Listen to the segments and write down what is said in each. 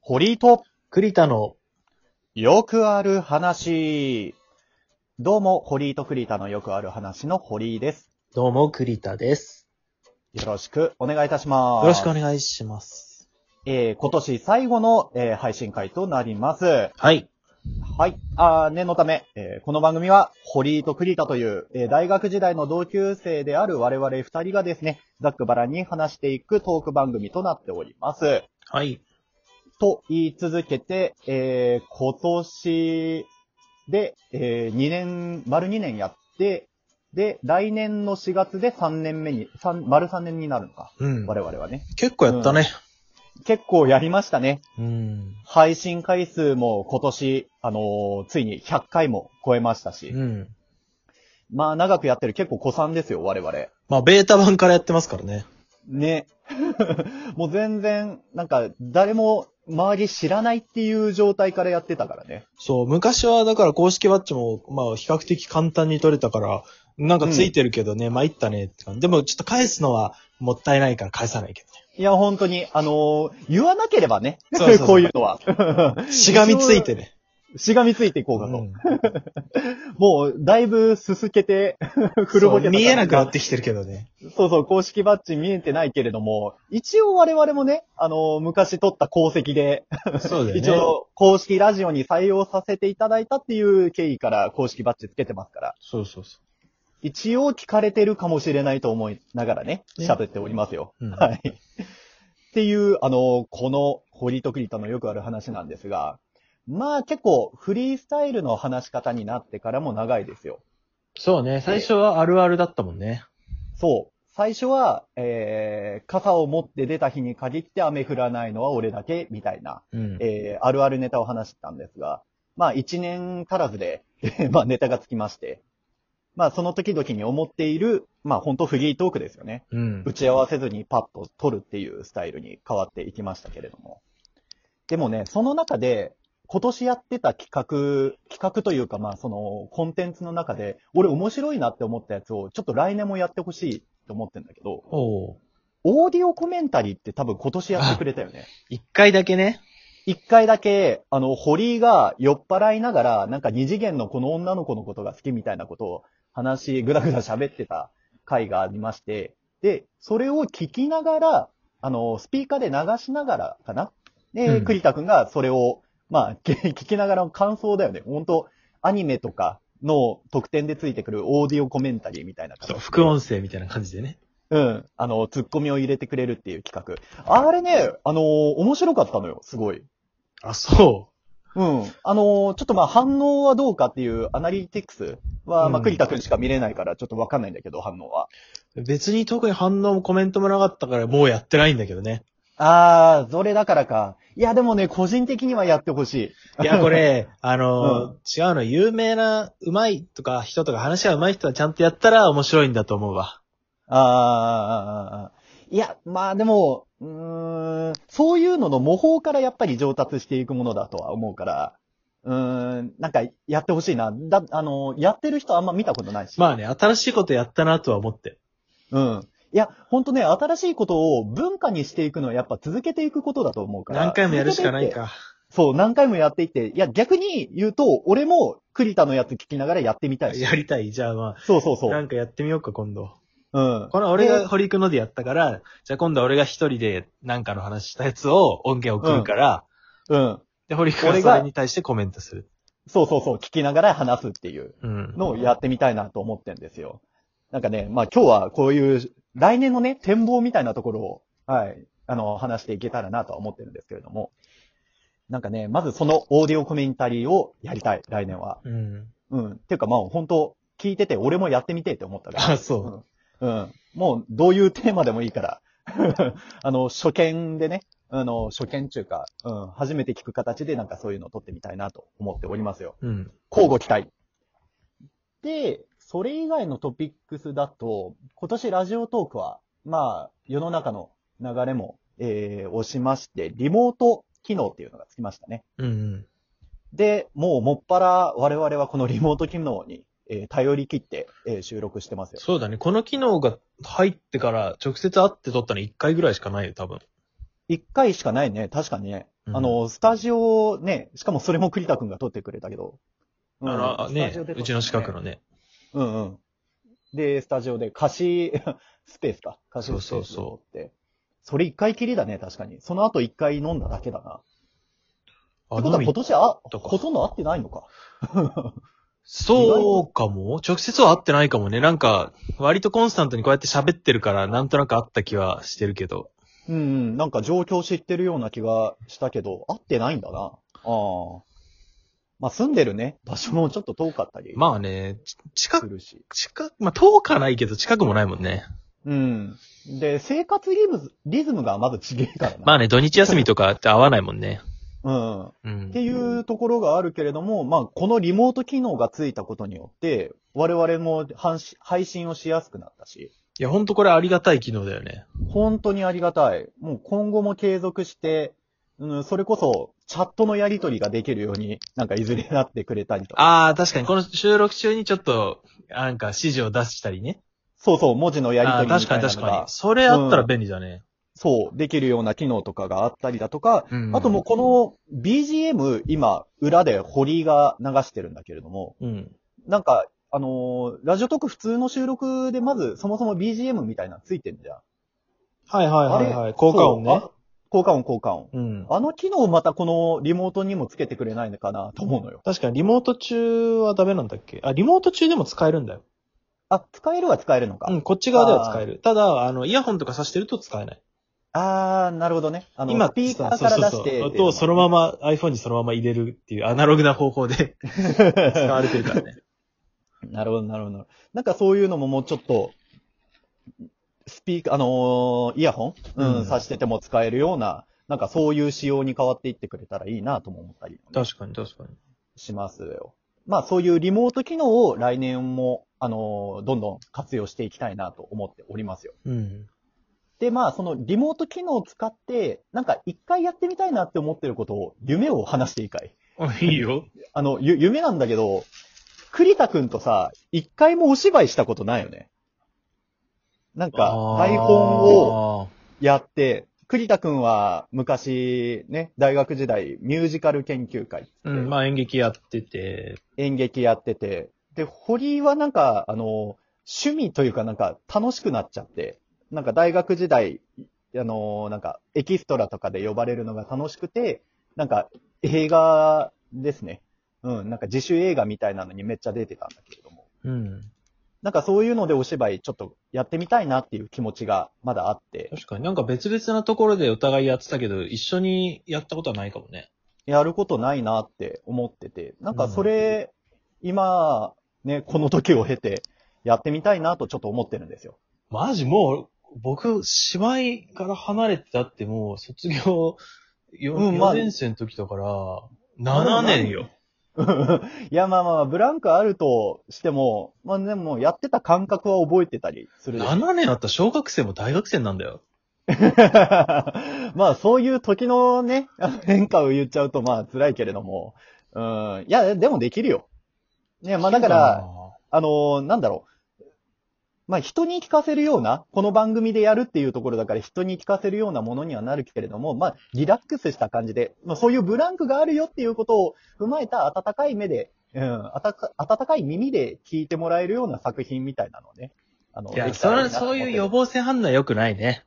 堀井と栗田の、よくある話。どうも、堀井と栗田のよくある話の堀井です。どうも栗田です。よろしくお願いいたします。よろしくおい願いします。えー、今年最後の、えー配信会となります。はい。はい。あー念のため、えーこの番組は、堀井と栗田という、えー大学時代の同級生である我々二人がですね、ざっくばらんに話していくトーク番組となっております。はい。と言い続けて、えー今年で、え2年、丸2年やって、で、来年の4月で3年目に、三丸3年になるのか。うん。我々はね。結構やったね。結構やりましたね。うん。配信回数も今年、あのーついに100回も超えましたし。うん。まあ、長くやってる結構古参ですよ、我々。まあ、ベータ版からやってますからね。ね。 もう全然、なんか、誰も周り知らないっていう状態からやってたからね。そう、昔はだから公式バッジも、まあ、比較的簡単に取れたから、なんかついてるけどね、参ったねって感じ。でも、ちょっと返すのはもったいないから返さないけどいや、本当に、あのー言わなければね。そうそうそうこういうのは。 ね。しがみついてね。しがみついていこうかと。うんもう、だいぶすすけて、 古ぼけそうた。見えなくなっててきてるけどね。そうそう、公式バッジ見えてないけれども、一応我々もね、あのー昔取った功績で、そうだよね。一応、公式ラジオに採用させていただいたっていう経緯から公式バッジつけてますから、そうそうそ一応聞かれてるかもしれないと思いながらね、ね喋っておりますよ。う。うんはい。っていう、あの、この、ホリとクリタのよくある話なんですが、まあ結構、フリースタイルの話し方になってからも長いですよ。そうね、最初はあるあるだったもんね。そう。最初は、えー、傘を持って出た日に限って雨降らないのは俺だけ、みたいな、うん。えー、あるあるネタを話してたんですが、まあ一年足らずで、 まあネタがつきまして、まあその時々に思っている、まあ本当フリートークですよね。うん打。ち合わせずにパッと取るっていうスタイルに変わっていきましたけれども。でもね、その中で、今年やってた企画、企画というか、まあ、その、コンテンツの中で、俺面白いなって思ったやつを、ちょっと来年もやってほしいって思ってんだけど、おうオーディオコメンタリーって多分今年やってくれたよね。一回だけね。一回だけ、あの、堀井が酔っ払いながら、なんか二次元のこの女の子のことが好きみたいなことを話、ぐだぐだ喋ってた回がありまして、で、それを聞きながら、あの、スピーカーで流しながらかなで、うん栗田くんがそれを、まあ、け 聞きながらの感想だよね。本当アニメとかの特典でついてくるオーディオコメンタリーみたいな形そう、副音声みたいな感じでね。うん。あの、ツッコミを入れてくれるっていう企画。あれね、あの面白かったのよ、すごい。あ、そうん。あのーちょっとまあ反応はどうかっていうアナリティクスは、まうあん栗田くんしか見れないからちょっとわかんないんだけど、反応は。う。別に特に反応もコメントもなかったからもうやってないんだけどね。あー、それだからか。いや、でもね、個人的にはやってほしい。いや、こ れ、あうの、ん違うの、有名な、上手いとか人とか話が上手い人はちゃんとやったら面白いんだと思うわ。あー、いや、まあでも、うーん、そういうのの模倣からやっぱり上達していくものだとは思うから、うーん、なんかやってほしいな。だ、あのーやってる人あんま見たことないし。まあね、新しいことやったなとは思ってる。うん。いや、ほんとね、新しいことを文化にしていくのはやっぱ続けていくことだと思うから。何回もやるしかないか。そう、何回もやっていって、いや、逆に言うと、俺も栗田のやつ聞きながらやってみたいし。やりたい。じゃあまそうそうあ、そなう。んかやってみようか、今度。うん。この俺でが、堀井くんのでやったから、じゃあ今度は俺が一人でなんかの話したやつを音源送るから、うん。で、堀井くんは俺そがれに対してコメントする。そうそうそう、聞きながら話すっていううん。のをやってみたいなと思ってんですよ。なんかね、まあ今日はこういう、来年のね、展望みたいなところを、はい、あの、話していけたらなとは思ってるんですけれども。なんかね、まずそのオーディオコメンタリーをやりたい、来年は。うん。うん。っていうかまあ本当聞いてて、俺もやってみてえって思ったから。あ、そう。うん。もう、どういうテーマでもいいから。 あの、初見でね、あの、初見中か、うん、初めて聞く形でなんかそういうのを撮ってみたいなと思っておりますよ。うん。交互期待。で、それ以外のトピックスだと、今年ラジオトークは、まあ、世の中の流れも、えー、押しまして、リモート機能っていうのがつきましたね。うんうん。で、もうもっぱら我々はこのリモート機能に、えー頼り切って、えー収録してますよ。そうだね。この機能が入ってから直接会って撮ったの1回ぐらいしかないよ、多分。一回しかないね。確かにね。あ、の、スタジオをね、しかもそれも栗田くんが撮ってくれたけど。うんあら、スタねジオで撮ったうちの近くのね。うんうん。で、スタジオで貸し、 スペースか。貸しスペースを取って。それ一回きりだね、確かに。その後一回飲んだだけだな。っあてことは飲み今年あ、たかほとんど会ってないのか。そうかも直接は会ってないかもね。なんか、割とコンスタントにこうやって喋ってるから、なんとなく会った気はしてるけど。うんうん、なんか状況知ってるような気がしたけど、会ってないんだな。ああ。まあ住んでるね、場所もちょっと遠かったりまあね、ち近すく、るし。近く、まあ遠くはないけど近くもないもんね。うん。で、生活リズムリズムがまずちげえからな。まあね、土日休みとかって会わないもんね。うん。うっんて。いうところがあるけれども、まあ、このリモート機能がついたことによって、我々も配信配信をしやすくなったし、いや、ほんとこれありがたい機能だよね。本当にありがたい。もう今後も継続して、うん、それこそ、チャットのやり取りができるように、なんかいずれなってくれたりとか。ああ、確かにこの収録中にちょっと、なんか指示を出したりね。そうそう、文字のやりあ取ーりみ確たかいにな確のかがに。、それあったら便利だね。そう、できるような機能とかがあったりだとか、うんあともうこの BGM、今、裏で堀井が流してるんだけれども、うん。なんか、あのーラジオトーク普通の収録でまずそもそも BGM みたいなのついてんじゃん。はいはいはいあはれい。効果音ねそう。効果音、効果音。うん。あの機能をまたこのリモートにもつけてくれないのかなと思うのよ。確かにリモート中はダメなんだっけあ、リモート中でも使えるんだよ。あ、使えるは使えるのか。うん、こっち側では使える。ただ、あの、イヤホンとかさしてると使えない。あー、なるほどね。あの、今、スピーカーそうから出そうしそうて。音をそのまま iPhone にそのまま入れるっていうアナログな方法で 使われてるからね。 なるほど、なるほど。なんかそういうのももうちょっと、スピーカー、あのーイヤホンう、うんんさしてても使えるような、なんかそういう仕様に変わっていってくれたらいいなとも思ったり。確かに確かに。しますよ。まあそういうリモート機能を来年も、あのー、どんどん活用していきたいなと思っておりますよ。うん。で、まあそのリモート機能を使って、なんか一回やってみたいなって思ってることを、夢を話していいかいいいよ。あの、ゆ、夢なんだけど、栗田くんとさ、一回もお芝居したことないよね。なんか、台本をを。やって、栗田くんは昔ね、大学時代ミュージカル研究会っつって、うん、まあ演劇やってて、演劇やってて、で、堀井はなんか、あの、趣味というかなんか楽しくなっちゃって、なんか大学時代、あの、なんかエキストラとかで呼ばれるのが楽しくて、なんか映画ですね。うん、なんか自主映画みたいなのにめっちゃ出てたんだけれども。うん。なんかそういうのでお芝居ちょっとやってみたいなっていう気持ちがまだあって、確かになんか別々なところでお互いやってたけど、一緒にやったことはないかもね。やることないなって思ってて、なんかそれ、今、ね、この時を経て、やってみたいなとちょっと思ってるんですよ。マジもう、僕、芝居から離れてたってもう、卒業4、うんまあ4年生の時だから、7年よ。 いや、まあまあ、ブランクあるとしても、まあでも、やってた感覚は覚えてたりするでしょ。 7年あったら小学生も大学生なんだよ。 まあ、そういう時のね、 あの変化を言っちゃうと、まあ、辛いけれども。うん。いや、でもできるよ。ね、まあだから、、あのーなんだろう。まあ、人に聞かせるような、この番組でやるっていうところだから、人に聞かせるようなものにはなるけれども、まあ、リラックスした感じで、まあ、そういうブランクがあるよっていうことを踏まえた温かい目で、うん、あたか温かい耳で聞いてもらえるような作品みたいなのをね。あのいや、できたそられ、なとそ思っうているう予防性反応良くないね。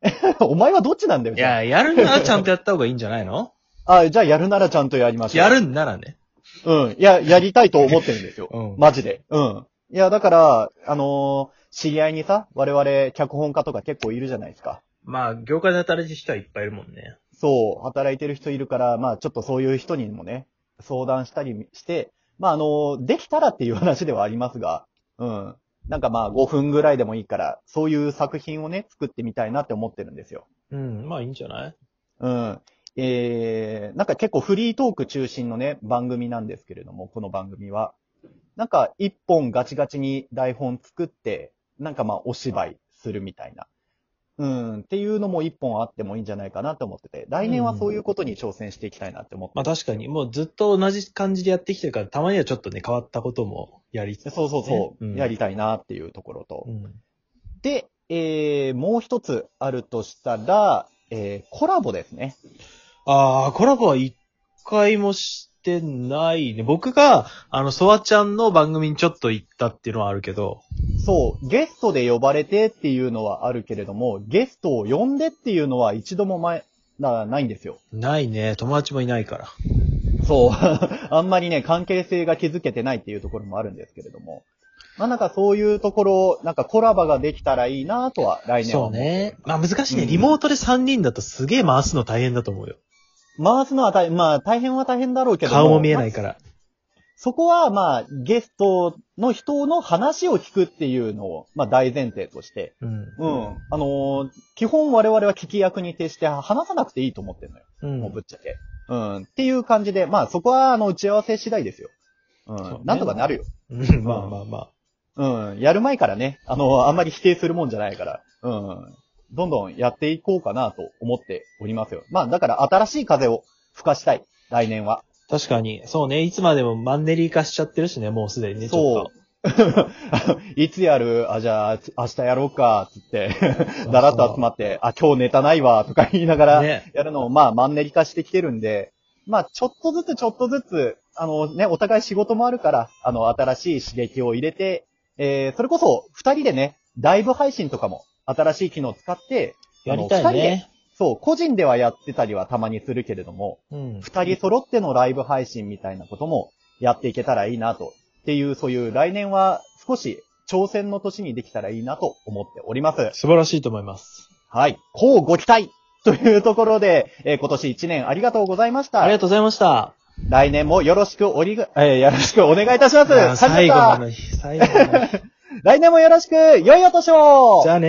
お前はどっちなんだよ、いじゃや、やるならちゃんとやった方がいいんじゃないのあ。あ、じゃあやるならちゃんとやりましょう。やるんならね。うん。いや、やりたいと思ってるんですよ。うんマジで。うん。いや、だから、あのー知り合いにさ、我々、脚本家とか結構いるじゃないですか。まあ、業界で働いてる人はいっぱいいるもんね。そう、働いてる人いるから、まあ、ちょっとそういう人にもね、相談したりして、まあ、あのーできたらっていう話ではありますが、うん。なんかまあ、5分ぐらいでもいいから、そういう作品をね、作ってみたいなって思ってるんですよ。うん、まあいいんじゃないうん。えー、なんか結構フリートーク中心のね、番組なんですけれども、この番組は。なんか一本ガチガチに台本作って、なんかまあお芝居するみたいな。うん、っていうのも一本あってもいいんじゃないかなと思ってて、来年はそういうことに挑戦していきたいなって思って。まあ確かに、もうずっと同じ感じでやってきてるから、たまにはちょっとね、変わったこともやりつつ。そうそうそう、ねうんやりたいなっていうところと。うん。で、えー、もう一つあるとしたら、えー、コラボですね。ああ、コラボは一回もしてないね。僕が、あの、ソワちゃんの番組にちょっと行ったっていうのはあるけど、そう、ゲストで呼ばれてっていうのはあるけれども、ゲストを呼んでっていうのは一度も前、なないんですよ。ないね。友達もいないから。そう。 あんまりね、関係性が築けてないっていうところもあるんですけれども。まあなんかそういうところ、なんかコラボができたらいいなとは来年はそう思ね。まあ難しいね。うんリモートで3人だとすげえ回すの大変だと思うよ。回すのは大、まあ大変は大変だろうけども。顔も見えないから。そこはまあゲストの人の話を聞くっていうのを、まあ大前提として。うん。うん。あのー基本我々は聞き役に徹して話さなくていいと思ってるのよ。うんもうぶっちゃけ。うん。っていう感じで、まあそこはあの打ち合わせ次第ですよ。うそうねん。なんとかなるよ。うんまあまあまあ。うん。やる前からね、あの、あんまり否定するもんじゃないから、うん。どんどんやっていこうかなと思っておりますよ。まあ、だから新しい風を吹かしたい。来年は。 確かに。そうね。いつまでもマンネリ化しちゃってるしね、もうすでにね。ちょっとそう。いつやるあ、じゃあ、つ明日やろうか、つ って、だらっと集まって、あ、今日ネタないわ、とか言いながら、ね。やるのを、まあ、マンネリ化してきてるんで、まあ、ちょっとずつちょっとずつ、あのね、お互い仕事もあるから、あの、新しい刺激を入れて、えー、それこそ、二人でね、ライブ配信とかも、新しい機能を使って、やりたあのいね。そう、個人ではやってたりはたまにするけれども、うん。二人揃ってのライブ配信みたいなこともやっていけたらいいなと。っていう、そういう来年は少し挑戦の年にできたらいいなと思っております。素晴らしいと思います。はい。こうご期待というところで、えー今年一年ありがとうございました。ありがとうございました。来年もよろしくおりが、えーよろしくお願いいたします。いやさ最よ後なならのに、最後なのに。来年もよろしく、良いお年をじゃあね。